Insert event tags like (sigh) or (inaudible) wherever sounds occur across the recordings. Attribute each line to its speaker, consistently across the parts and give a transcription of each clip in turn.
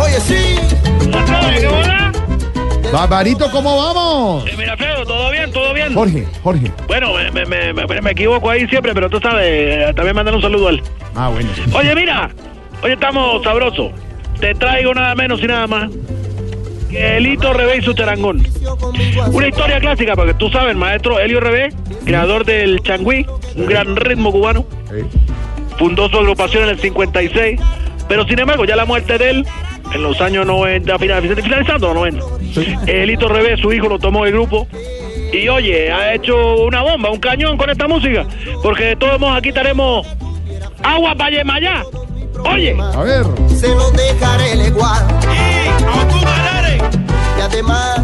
Speaker 1: Oye, sí.
Speaker 2: Alfredo, ¿qué bola?
Speaker 3: Barbarito, ¿cómo vamos?
Speaker 2: Eh, Mira, Alfredo, todo bien, todo bien.
Speaker 3: Jorge, Jorge.
Speaker 2: Bueno, me, me- me- me- me equivoco ahí siempre, pero tú sabes, eh, también mandar un saludo a él.
Speaker 3: Ah, bueno. sí.
Speaker 2: Oye, mira, hoy estamos sabrosos. Te traigo nada menos y nada más que Elito Rebé y su charangón. Una historia clásica, porque tú sabes, maestro Elio Rebé, creador del changüí, un gran ritmo cubano.
Speaker 3: Eh,
Speaker 2: fundó su agrupación en el 56, pero sin embargo ya la muerte de él en los años 90, final- finalizando los 90, Elito Revés, su hijo, lo tomó el grupo. Y oye, ha hecho una bomba, un cañón con esta música, porque de todos modos aquí estaremos agua para Yemayá. Oye,
Speaker 3: A ver.
Speaker 1: Se lo dejaré leguar. Y además,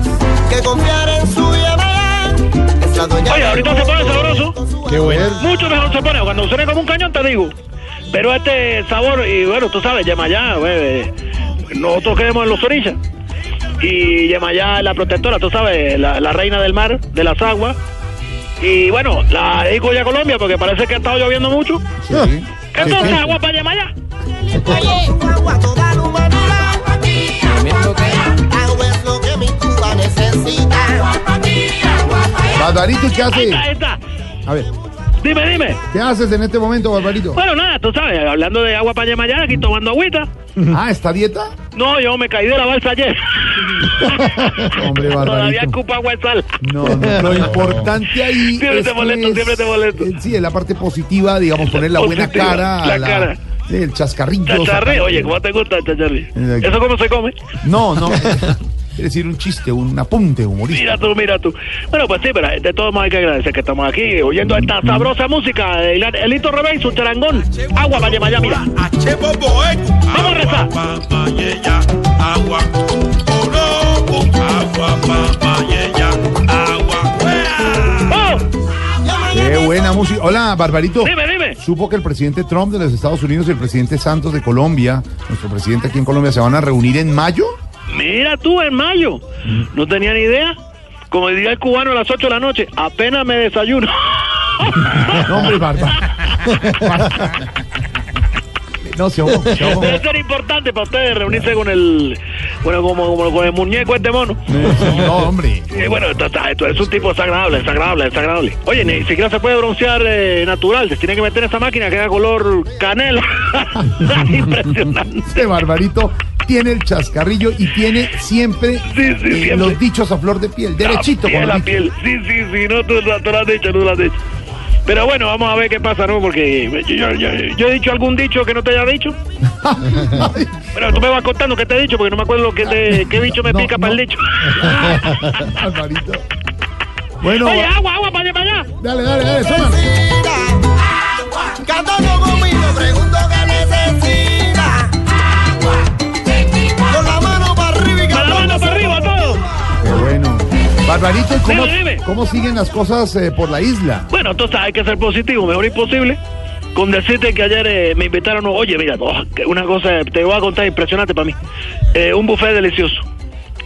Speaker 1: que confiar en su llamada. Es la dueña
Speaker 2: oye,
Speaker 1: del
Speaker 2: ahorita se pone
Speaker 1: mundo,
Speaker 2: sabroso.
Speaker 1: con su
Speaker 3: Qué bueno.
Speaker 2: Mucho mejor se pone, cuando suene como un cañón te digo. Pero este sabor, y bueno, tú sabes, Yemayá, güey, nosotros quedamos en los orillas. Y Yemayá es la protectora, tú sabes, la, la reina del mar, de las aguas. Y bueno, la dedico ya a Colombia porque parece que ha estado lloviendo mucho.
Speaker 3: Sí.
Speaker 2: Entonces,
Speaker 3: Sí, sí.
Speaker 2: agua para Yemayá.
Speaker 1: Agua toda la humanidad. Agua es lo que mi Cuba necesita.
Speaker 3: Barbarito, ¿qué
Speaker 2: Ahí
Speaker 3: haces?
Speaker 2: está, ahí está.
Speaker 3: A ver,
Speaker 2: Dime, dime.
Speaker 3: ¿qué haces en este momento, Barbarito?
Speaker 2: Bueno, nada, tú sabes, hablando de agua para Yemayá, aquí tomando agüita.
Speaker 3: Ah, ¿está dieta?
Speaker 2: No, yo me caí de la balsa ayer. (laughs)
Speaker 3: Hombre,
Speaker 2: Todavía
Speaker 3: Barbarito.
Speaker 2: escupa agua de sal.
Speaker 3: No, no, lo importante ahí
Speaker 2: Siempre
Speaker 3: es
Speaker 2: te molesto,
Speaker 3: que es-
Speaker 2: siempre te molesto.
Speaker 3: eh, Sí, es la parte positiva, digamos, poner la buena
Speaker 2: Positiva,
Speaker 3: cara a
Speaker 2: la
Speaker 3: la-
Speaker 2: cara.
Speaker 3: sí, el chascarrillo.
Speaker 2: Chacharri,
Speaker 3: sacar-
Speaker 2: oye, ¿cómo te gusta el chacharri?
Speaker 3: Exacto.
Speaker 2: ¿Eso cómo se come?
Speaker 3: No, no. Quiere decir un chiste, un apunte humorista.
Speaker 2: Mira tú, mira tú. Bueno, pues sí, pero de todos modos hay que agradecer que estamos aquí eh, oyendo esta sabrosa música de Hilar- Elito Rebey, su charangón. Agua para Yemayá, mira.
Speaker 4: H bobo eco.
Speaker 2: Vamos a rezar.
Speaker 4: Agua pa yeya, agua. Orobo, agua pa yeya, agua. ¡Ea!
Speaker 2: ¡Oh!
Speaker 3: Qué buena música. Hola, Barbarito.
Speaker 2: Dime, dime.
Speaker 3: Supo que el presidente Trump de los Estados Unidos y el presidente Santos de Colombia, nuestro presidente aquí en Colombia, se van a reunir en mayo.
Speaker 2: Mira tú, en mayo. No tenía ni idea. Como diría el cubano a las 8 de la noche, apenas me desayuno.
Speaker 3: No, hombre,
Speaker 2: (laughs)
Speaker 3: Barbarito. No, se ahogó, se ahogó.
Speaker 2: Debe ser importante para ustedes reunirse con el. Bueno, como, como con el muñeco este mono.
Speaker 3: No, hombre.
Speaker 2: Eh, bueno, esto, esto- esto es un tipo desagradable, desagradable, desagradable. Oye, ni siquiera se puede broncear eh, natural. Se tiene que meter esa máquina que haga color canela. (laughs) Impresionante.
Speaker 3: Este Barbarito tiene el chascarrillo y tiene siempre,
Speaker 2: Sí, sí,
Speaker 3: eh,
Speaker 2: siempre.
Speaker 3: los dichos a flor de piel. Derechito
Speaker 2: la piel,
Speaker 3: con
Speaker 2: la
Speaker 3: los dichos.
Speaker 2: piel. Sí, sí, sí, no, tú, tú lo has dicho, tú lo has dicho. Pero bueno, vamos a ver qué pasa, ¿no? Porque yo, yo- yo- yo he dicho algún dicho que no te haya
Speaker 3: (laughs)
Speaker 2: dicho.
Speaker 3: Ay,
Speaker 2: Pero tú me vas contando qué te he dicho, porque no me acuerdo qué, te- qué bicho me
Speaker 3: No,
Speaker 2: pica para
Speaker 3: no. (laughs)
Speaker 2: el dicho.
Speaker 3: Barbarito. Bueno,
Speaker 2: Oye, agua, agua, para allá, para allá.
Speaker 3: dale, dale, dale, suena.
Speaker 1: Agua. Cantando conmigo, pregunto qué necesita. Agua. Con la mano para arriba y
Speaker 2: Para la mano, para arriba, todo.
Speaker 3: Qué bueno. Barbarito, ¿y ¿cómo,
Speaker 2: Dime, dime.
Speaker 3: cómo siguen las cosas eh, por la isla?
Speaker 2: Bueno, entonces hay que ser positivo, mejor imposible. Con decirte que ayer eh, me invitaron, oye, mira, oh, que una cosa, te voy a contar impresionante para mí. Eh, un buffet delicioso.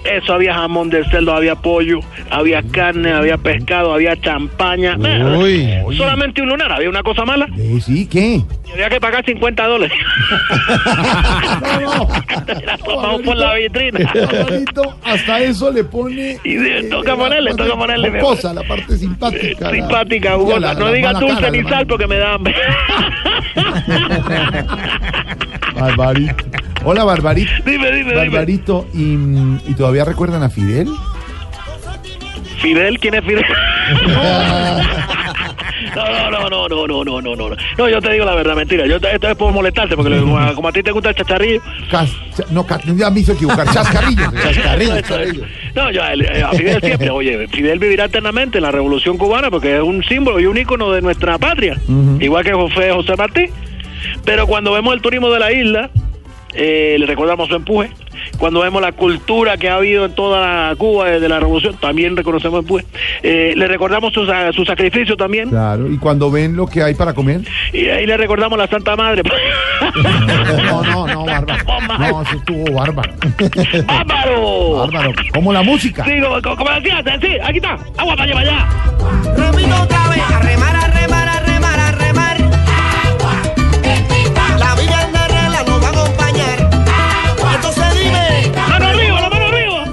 Speaker 2: Eso había jamón de cerdo, había pollo, había carne, había pescado, había champaña. Eh,
Speaker 3: Uy.
Speaker 2: Solamente un lunar, había una cosa mala.
Speaker 3: Eh, sí, ¿qué?
Speaker 2: y había que pagar 50 dólares. (laughs)
Speaker 3: No, no.
Speaker 2: La tomamos por la vitrina. (laughs)
Speaker 3: Barbarito, hasta eso le pone. eh,
Speaker 2: Y de- toca ponerle,
Speaker 3: la
Speaker 2: toca
Speaker 3: parte
Speaker 2: ponerle, mi amor.
Speaker 3: jocosa, la parte simpática. la-
Speaker 2: Simpática,
Speaker 3: la-
Speaker 2: jugona.
Speaker 3: la-
Speaker 2: No
Speaker 3: la
Speaker 2: digas
Speaker 3: mala
Speaker 2: dulce
Speaker 3: cara,
Speaker 2: ni
Speaker 3: la
Speaker 2: sal
Speaker 3: mala-
Speaker 2: porque me da hambre.
Speaker 3: Barbarito. Hola, Barbarito.
Speaker 2: (laughs) dime, dime, dime.
Speaker 3: Barbarito, ¿y, mm, ¿y todavía recuerdan a Fidel?
Speaker 2: Fidel, ¿quién es Fidel? No, no, no, no, no, no, no, no, no. No, yo te digo la verdad, mentira. Yo, esto es por molestarte, porque lo- como a- como a ti te gusta el chacharrillo.
Speaker 3: Cas- cha- no, ca- ya me hizo
Speaker 2: (laughs)
Speaker 3: equivocar. Chascarrillo. Chascarrillo.
Speaker 2: Eso, eso.
Speaker 3: chascarrillo.
Speaker 2: No, yo a, él, eh, a Fidel siempre, oye, Fidel vivirá eternamente en la Revolución Cubana porque es un símbolo y un ícono de nuestra patria, igual que José, José Martí. Pero cuando vemos el turismo de la isla, eh, le recordamos su empuje. Cuando vemos la cultura que ha habido en toda la Cuba desde la Revolución, también reconocemos el empuje. Eh, le recordamos su, sa- su sacrificio también.
Speaker 3: Claro, y cuando ven lo que hay para comer.
Speaker 2: Y ahí le recordamos la
Speaker 3: (laughs)
Speaker 2: Santa Madre.
Speaker 3: No, no, no, bárbaro. No, eso estuvo
Speaker 2: (laughs)
Speaker 3: bárbaro.
Speaker 2: ¡Bárbaro!
Speaker 3: Bárbaro. Como la música.
Speaker 2: Sí, como, como decía, sí, aquí está. Agua para allá, para allá.
Speaker 1: Repito otra vez, a remar, a remar, a remar, a remar. La vida en la regla nos va a acompañar. Entonces dime,
Speaker 2: ¡Mano arriba, la mano arriba!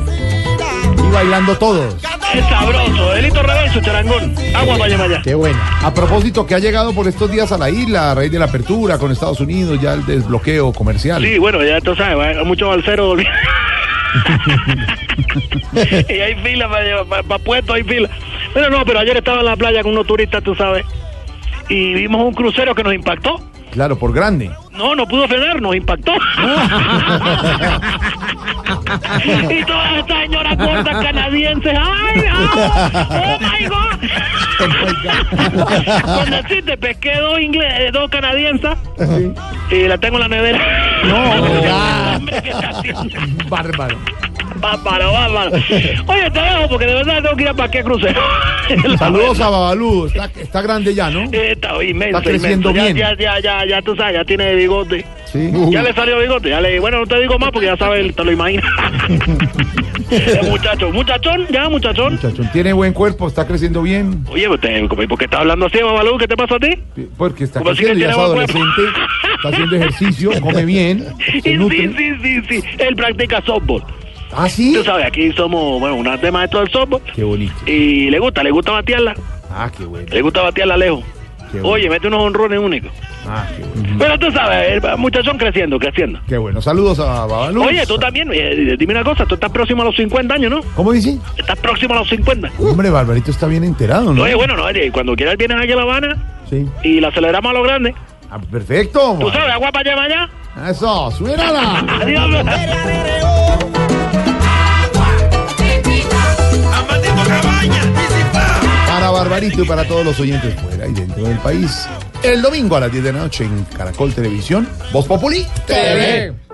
Speaker 3: Y bailando todos.
Speaker 2: Es sabroso, delito reverso, charangón. Agua para allá.
Speaker 3: Qué bueno. A propósito, que ha llegado por estos días a la isla a raíz de la apertura con Estados Unidos, ya el desbloqueo comercial.
Speaker 2: Sí, bueno, ya tú sabes, va- hay muchos balseros durmiendo. (laughs) y hay fila para puestos, hay fila. Pero no, pero ayer estaba en la playa con unos turistas, tú sabes. Y vimos un crucero que nos impactó.
Speaker 3: Claro, por grande.
Speaker 2: No, no pudo frenar,
Speaker 3: (laughs)
Speaker 2: nos impactó. y todas estas señoras gordas canadienses. ¡Ay, ah, ¡Oh, my God! Con decirte, pesqué dos, ingle- eh, dos canadiensas y la tengo en la nevera.
Speaker 3: (laughs) No, ya.
Speaker 2: Hombre, ¿qué está haciendo?
Speaker 3: (laughs) Bárbaro.
Speaker 2: (laughs) Bárbaro, bárbaro. Oye, te dejo porque de verdad tengo que ir a para qué crucero.
Speaker 3: Saludos a Babalú. Está, está grande ya, ¿no?
Speaker 2: Eh, Está inmenso,
Speaker 3: Está creciendo
Speaker 2: inmenso. Ya,
Speaker 3: bien.
Speaker 2: ya, ya, ya, ya, tú sabes, ya tiene bigote.
Speaker 3: Sí.
Speaker 2: Ya le salió bigote, ya le bueno, no te digo más porque ya sabes, te
Speaker 3: (laughs)
Speaker 2: lo imaginas. Eh, muchacho, muchachón, ya, muchachón.
Speaker 3: Muchachón, tiene buen cuerpo, está creciendo bien.
Speaker 2: Oye, pues, te- ¿por qué estás hablando así, Babalú? ¿Qué te pasa a ti?
Speaker 3: Porque está
Speaker 2: Como si
Speaker 3: creciendo,
Speaker 2: no
Speaker 3: ya es
Speaker 2: tiene buen
Speaker 3: adolescente, está haciendo ejercicio, come bien,
Speaker 2: Y
Speaker 3: se
Speaker 2: (laughs) sí,
Speaker 3: nutre.
Speaker 2: sí, sí, sí, él practica softball.
Speaker 3: Ah, sí.
Speaker 2: Tú sabes, aquí somos, bueno, un arte maestro del softball.
Speaker 3: Qué bonito.
Speaker 2: Y le gusta, le gusta batearla,
Speaker 3: Ah, qué bueno.
Speaker 2: le gusta batearla lejos.
Speaker 3: Qué bueno.
Speaker 2: Oye, mete unos honrones únicos.
Speaker 3: Ah, qué bueno.
Speaker 2: Pero tú sabes, el muchachón creciendo, creciendo.
Speaker 3: Qué bueno. Saludos a Babalú.
Speaker 2: Oye, tú también, eh, dime una cosa, tú estás próximo a los 50 años, ¿no?
Speaker 3: ¿Cómo dice?
Speaker 2: Estás próximo a los 50.
Speaker 3: Hombre, Barbarito está bien enterado, ¿no?
Speaker 2: Uh. Oye, bueno, no, oye, cuando quieras vienes aquí a La Habana
Speaker 3: Sí.
Speaker 2: y la celebramos a lo grande.
Speaker 3: Ah, perfecto.
Speaker 2: Tú sabes, agua para allá, para allá.
Speaker 3: Eso, suénala.
Speaker 2: Adiós.
Speaker 4: Amatito cabaña, visita.
Speaker 3: Para Barbarito y para todos los oyentes fuera y dentro del país. El domingo a las 10 de la noche en Caracol Televisión, Voz Populi TV.